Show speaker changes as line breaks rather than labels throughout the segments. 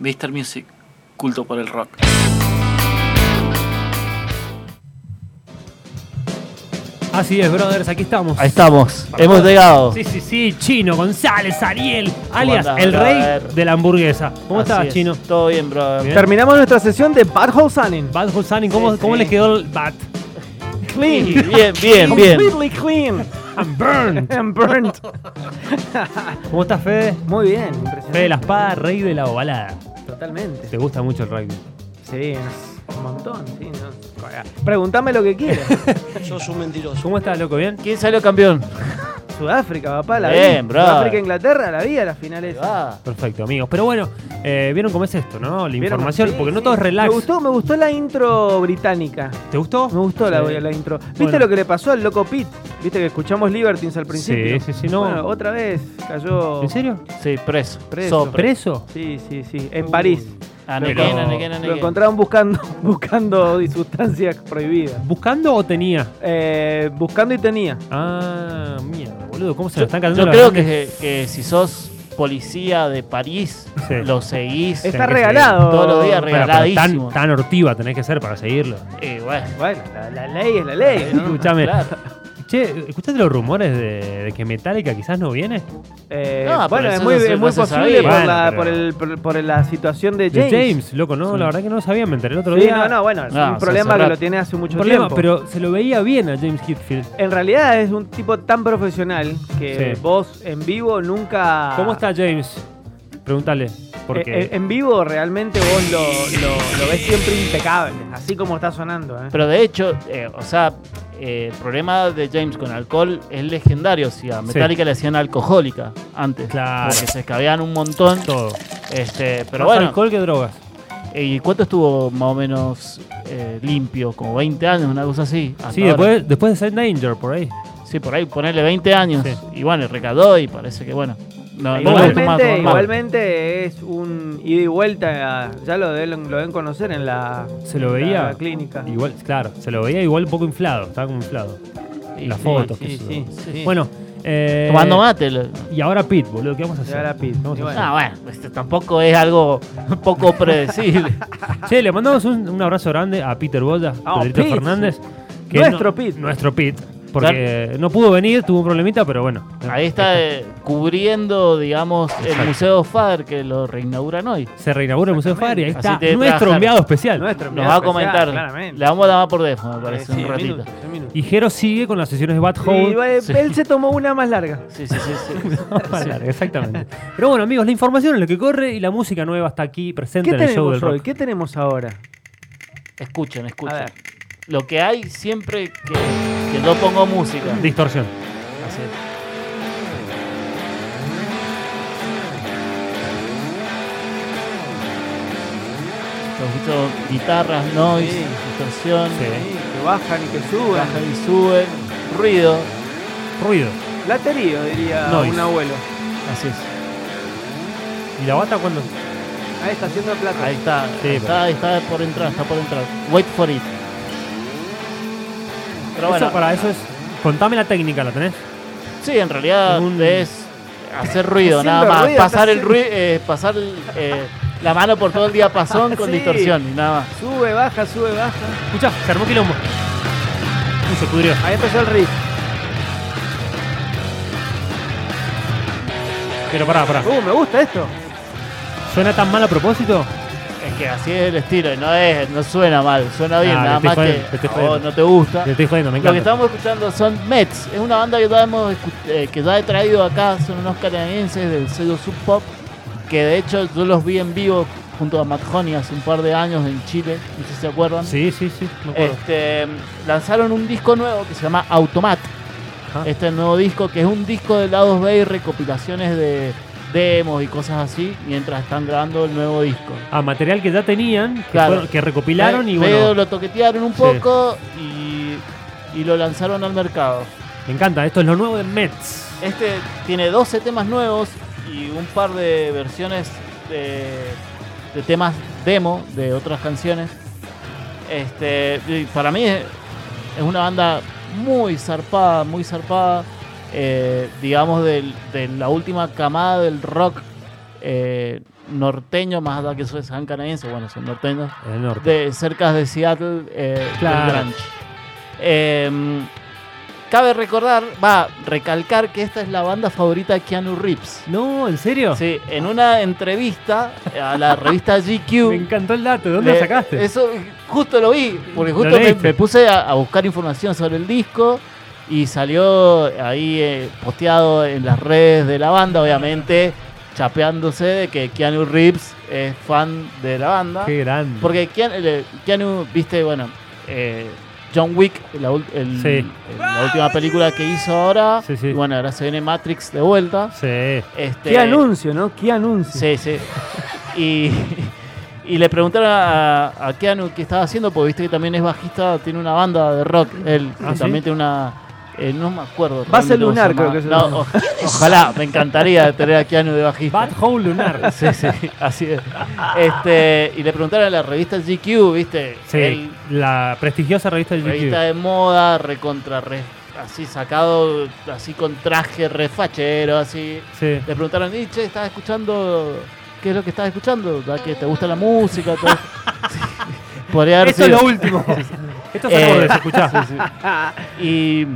Mr. Music, culto por el rock.
Así es, brothers, aquí estamos.
Ahí estamos, hemos llegado.
Sí, sí, sí, Chino, González, Ariel, alias
andás,
el rey
brother?
de la hamburguesa. ¿Cómo
Así
estás,
es.
Chino?
Todo bien, brother.
Bien.
Terminamos nuestra sesión de Bad Hosanin.
Bad Hussain, ¿cómo,
Sí,
¿cómo
sí.
le quedó el bat?
Sí,
Clean.
Bien, bien, bien.
Completely clean.
And burn.
And burnt.
¿Cómo estás, Fede?
Muy bien,
Fede de
impresionante.
la espada, rey de la ovalada.
Totalmente.
Te gusta mucho el rugby.
Sí, un montón. Sí, no. Preguntame lo que quieras.
Sos un mentiroso.
¿Cómo estás, loco? ¿Bien?
¿Quién salió campeón?
Sudáfrica, papá, la
Bien,
vi.
brother.
Sudáfrica, Inglaterra, la vi a las finales.
Ah,
Perfecto, amigos. Pero bueno, eh, ¿vieron cómo es esto, no? La
¿Vieron?
información,
Sí,
porque no
sí.
todo es relax.
Me gustó, me gustó la intro británica.
¿Te gustó?
Me gustó la,
Sí.
la intro. ¿Viste
Bueno.
lo que le pasó al loco Pete? ¿Viste que escuchamos Libertines al principio?
Sí, sí, sí, no.
Bueno, otra vez cayó
¿En serio?
sí, preso.
Preso.
Sopre.
¿Preso?
Sí, sí, sí, en París.
Ah,
Pero-
Nequén, ah, Nequén, ah,
Lo
Nequén.
encontraron buscando, buscando sustancias prohibidas.
¿Buscando o tenía?
Eh, buscando y tenía.
Ah, mierda, boludo. ¿Cómo se lo están cantando
Yo
las
creo
grandes?
que, que si sos policía de París,
Sí.
lo seguís
Es-
Está
que
regalado.
todos los días
Bueno, pero
regaladísimo.
tan, tan hortiva tenés que ser para seguirlo.
Eh, bueno,
Bueno, la, la ley es la ley, ¿no?
Escuchame.
claro.
Che, ¿escuchaste los rumores de, de que Metallica quizás no viene?
Eh,
No, pero
bueno, es
eso
muy,
no se-
es muy
no se
posible por,
sabía.
la,
Bueno,
por,
pero-
el, por, por la situación de
De
James.
James, loco, no, la verdad que no lo sabía, me enteré el otro
Sí,
día.
no, no, bueno, es
No,
un
hace-
problema
hace
que
rato.
lo tiene hace mucho
Un problema,
tiempo.
pero se lo veía bien a James Hetfield.
En realidad es un tipo tan profesional que
Sí.
vos en vivo nunca.
¿Cómo está James? Pregúntale, porque...
Ah. Eh, eh, en vivo realmente vos lo, lo- lo ves siempre impecable, así como está sonando. ¿eh?
Pero de hecho, eh, o sea, eh, el problema de James con alcohol es legendario. O sea, Metallica le hacían alcohólica antes.
Claro.
Porque se escabeaban un
eh,
montón.
todo.
Este, pero
Más
bueno,
alcohol que drogas.
Eh, ¿y cuánto estuvo más o menos eh, limpio? Como 20 años, una cosa así. hasta
Sí,
ahora.
después, después de ser Danger, por ahí.
Sí, por ahí ponerle 20 años.
Sí.
Y bueno, recadó y parece que bueno.
Ah,
No, no le gustó más,
Igualmente,
tomar más.
igualmente es un ida y vuelta, ya lo deben, lo deben conocer en la,
Se lo
en
veía.
la clínica.
Igual, claro, se lo veía igual un poco inflado, estaba como inflado.
Sí,
Las
sí,
fotos,
Sí,
qué sé yo.
sí, sí.
Bueno, eh,
Tomando mate. lo-
Y ahora Pit, boludo, ¿qué vamos a
Y
hacer?
ahora Pete,
¿Qué vamos a
y
hacer?
Ah, bueno, esto tampoco es algo poco predecible.
Che, le mandamos un, un abrazo grande a Peter Boya,
Ah,
Pedrito
Pete.
Fernández.
Nuestro
no-
Pete.
Nuestro Pit. Porque no pudo venir, tuvo un problemita, pero bueno. Este,
Ahí está eh, cubriendo, digamos, el Museo FAR que lo reinauguran hoy.
Se reinaugura el Museo Fari, ahí está
Así te
nuestro
trabajar.
enviado especial.
Nuestro
Nos va a
especial,
comentar.
claramente. Eh,
Le vamos a dar más por teléfono, me parece,
Sí,
un
en
ratito.
minutos, en minutos.
Y Jero sigue con las sesiones de Bad
Y,
Hole.
bueno,
Sí.
Él se tomó una más larga.
Sí, sí, sí. sí.
Claro, Exactamente. Pero bueno, amigos, la información es lo que corre y la música nueva está aquí presente
¿Qué
en el show del
tenemos hoy?
rock.
¿Qué tenemos ahora?
Escuchen,
A
escuchen.
ver.
Lo que hay siempre que, que yo pongo música.
Distorsión.
Así es. Yo escucho guitarras, noise,
Sí.
distorsión,
Sí.
Sí, que bajan y que suben.
baja y sube, ruido.
Ruido.
Laterío, diría
Noise.
un abuelo.
Así es.
¿Y la bata cuándo?
Ahí está haciendo plata.
Ahí está,
Sí,
está, está por entrar, está por entrar. Wait for it. Pero bueno,
Eso para eso es. Contame la técnica, ¿la tenés?
sí, en realidad
Ningún-
es hacer ruido,
Haciendo
nada más.
ruido,
pasar
está
el ruido, pasar el, eh, la mano por todo el diapasón con
Sí.
distorsión y nada más.
Sube, baja, sube, baja.
Escuchá, se armó quilombo. Uh, se pudrió.
Ahí empezó el riff.
Pero pará, pará.
Uh, me gusta esto.
¿Suena tan mal a propósito?
Es que así es el estilo, y no es, no suena mal, suena bien,
Ah,
nada
te
más
estoy jodiendo, te
que
estoy
a vos
jodiendo.
no te gusta.
Te estoy jodiendo, me
Lo que
encanta.
estamos escuchando son Mets, es una banda que ya, hemos escu- eh, que ya he traído acá, son unos canadienses del sello Sub Pop, que de hecho yo los vi en vivo junto a Matt Honey hace un par de años en Chile, no sé si se acuerdan.
Sí, sí, sí, me acuerdo.
Este, lanzaron un disco nuevo que se llama Automat.
Ajá.
Este nuevo disco que es un disco de lados B y recopilaciones de demos y cosas así mientras están grabando el nuevo disco.
Ah, material que ya tenían, que,
Claro.
fueron- que recopilaron y
Me- medio
bueno.
lo toquetearon un
Sí.
poco y, y lo lanzaron al mercado.
Me encanta, esto es lo nuevo de Mets.
Este tiene 12 temas nuevos y un par de versiones de, de temas demo de otras canciones. Este, y para mí es es una banda muy zarpada, muy zarpada, eh, digamos, del- de la última camada del rock eh, norteños, más allá que eso es- sean canadienses, bueno, son norteños,
En el norte.
de cerca de Seattle, eh, del
Claro.
grunge. Eh, cabe recordar, va, recalcar que esta es la banda favorita de Keanu Reeves.
No, ¿en serio?
Sí, en una entrevista a la revista GQ.
Me encantó el dato. ¿De dónde
Eh,
lo sacaste?
Eso justo lo vi, porque
Lo
justo me,
leíste.
me puse a, a buscar información sobre el disco y salió ahí eh, posteado en las redes de la banda, obviamente, chapeándose de que Keanu Reeves es fan de la banda.
Qué grande.
Porque Keanu, el- Keanu, viste, bueno, eh, John Wick, la, ul- el-
Sí.
el- la última película que hizo ahora,
Sí, sí.
y bueno, ahora se viene Matrix de vuelta.
Sí.
Este,
Qué anuncio, ¿no? Qué anuncio.
Sí, sí. Y, y le preguntaron a, a Keanu qué estaba haciendo, porque viste que también es bajista, tiene una banda de rock. Él
Ah, ¿sí?
también tiene una. eh, no me acuerdo.
Va a ser
realmente cómo
Lunar,
se llama.
creo que se
No,
llama.
o- ojalá, me encantaría tener a Keanu de bajista.
Bad Hole Lunar.
Sí, sí, así es. Este, y le preguntaron a la revista GQ, ¿viste?
Sí,
Él,
la prestigiosa revista del
revista
YouTube.
de moda, recontra, re- así sacado, así con traje refachero, así.
Sí.
Le preguntaron, y che, ¿estás escuchando? ¿Qué es lo que estás escuchando? ¿Da que te gusta la música? Todo eso?" Sí. Podría haber
Esto es
sido.
lo último. Estos
Eh,
acordes, escuchá.
Ah.
Y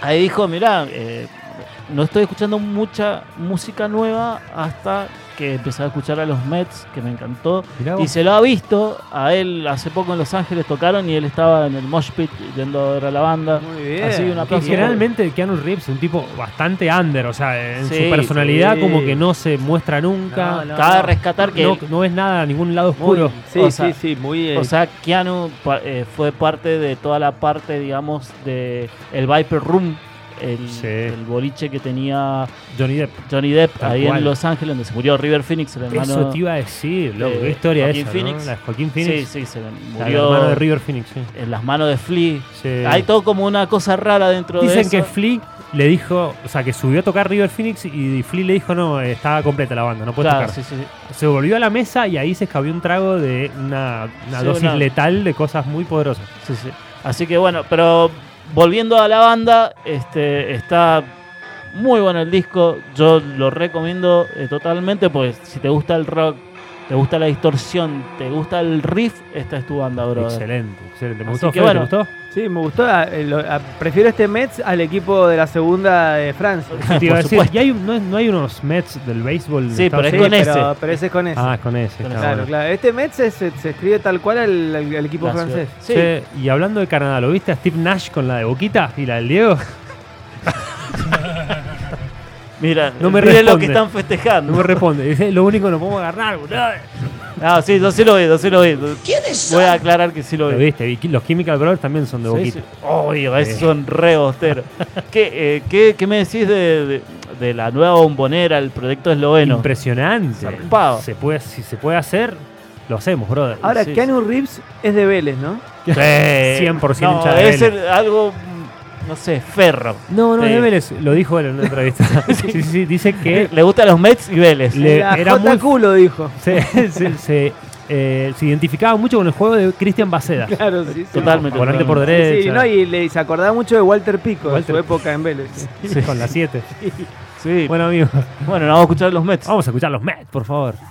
ahí dijo, mirá, eh, no estoy escuchando mucha música nueva hasta que empecé a escuchar a los Mets, que me encantó.
Mirá
Y
vos.
se lo ha visto, a él hace poco en Los Ángeles tocaron y él estaba en el mosh pit yendo a ver a la banda.
Muy bien.
Así, un
Y
aplauso.
generalmente Keanu Reeves es un tipo bastante under, o sea, en
Sí,
su personalidad
sí.
como que no se muestra nunca.
No, no.
Cabe rescatar que
No,
él-
no es nada, a ningún lado
Muy-
oscuro.
sí,
O sea,
sí, sí, muy eh,
O sea, Keanu pa- eh, fue parte de toda la parte, digamos, de el Viper Room, el,
Sí.
el boliche que tenía
Johnny Depp.
Johnny Depp
Tal
ahí
cual.
en Los Ángeles, donde se murió River Phoenix, el hermano.
Eso te iba a decir, loco,
eh,
qué historia
Joaquín
esa,
Phoenix.
¿no? La de Joaquín
sí,
Phoenix.
sí, se
la del hermano
murió
de River Phoenix, sí.
en las manos de Flea.
Sí.
Hay todo como una cosa rara dentro de
Dicen
eso.
que Flea le dijo, o sea, que subió a tocar River Phoenix y Flea le dijo, no, estaba completa la banda, no puede
Claro,
tocar.
sí, sí, sí.
Se volvió a la mesa y ahí se escabió un trago de una, una
Sí,
dosis
una-
letal de cosas muy poderosas.
Sí, sí. Así que bueno, pero volviendo a la banda, este está muy bueno el disco. Yo lo recomiendo eh, totalmente porque si te gusta el rock, te gusta la distorsión, te gusta el riff, esta es tu banda, bro.
Excelente, excelente. ¿Me
Así
gustó,
que
Fede?
bueno.
¿Te gustó?
Sí, me gustó. a- eh, lo- a- prefiero este Mets al equipo de la segunda de Francia.
Eso te iba a
Por
decir,
supuesto.
¿y hay, un- no, no hay unos Mets del béisbol? de
Sí, pero
Estados
es
Sí,
Unidos?
con
pero,
ese.
pero ese es con ese.
Ah, es con ese.
Con
está
claro,
bueno.
claro. Este Mets es- se, se escribe tal cual al, al- al equipo
La
francés.
ciudad. Sí.
Sí. y hablando de Canadá, ¿lo viste a Steve Nash con la de Boquita y la del Diego?
Mira,
No me
miren lo
responde.
que están festejando.
No me responde. Dice, lo único que nos podemos agarrar, boludo.
Ah, sí, yo sí lo vi, yo sí lo vi. Voy a aclarar que sí lo
Lo
vi.
viste, y los Chemical Brothers también son de
Sí,
Boquita.
sí. Obvio, esos
Sí.
son re bosteros. ¿Qué, eh, qué, qué me decís de, de- de la nueva bombonera, el proyecto esloveno?
Impresionante.
Zarpado.
Se puede, si se puede hacer, lo hacemos, brother.
Ahora,
Sí,
Keanu Reeves es de Vélez, ¿no?
Sí, 100%
no,
hincha de
debe
Vélez.
ser algo, mm, no sé, ferro.
No, no,
Sí.
de Vélez, lo dijo él en una entrevista. sí, sí, sí, dice que
Le gustan los Mets y Vélez.
Le-
la
era
J
muy-
culo, dijo.
se, se- se, eh, se identificaba mucho con el juego de Cristian Baceda.
Claro, sí, sí.
Totalmente.
Volante por
totalmente.
Sí,
derecha,
sí, no, y le, se acordaba mucho de Walter Pico
Walter
en su
Pico.
época en Vélez. sí.
con la 7.
Sí. Bueno,
Bueno, amigos,
bueno, vamos a escuchar los Mets.
vamos a escuchar los Mets, por favor.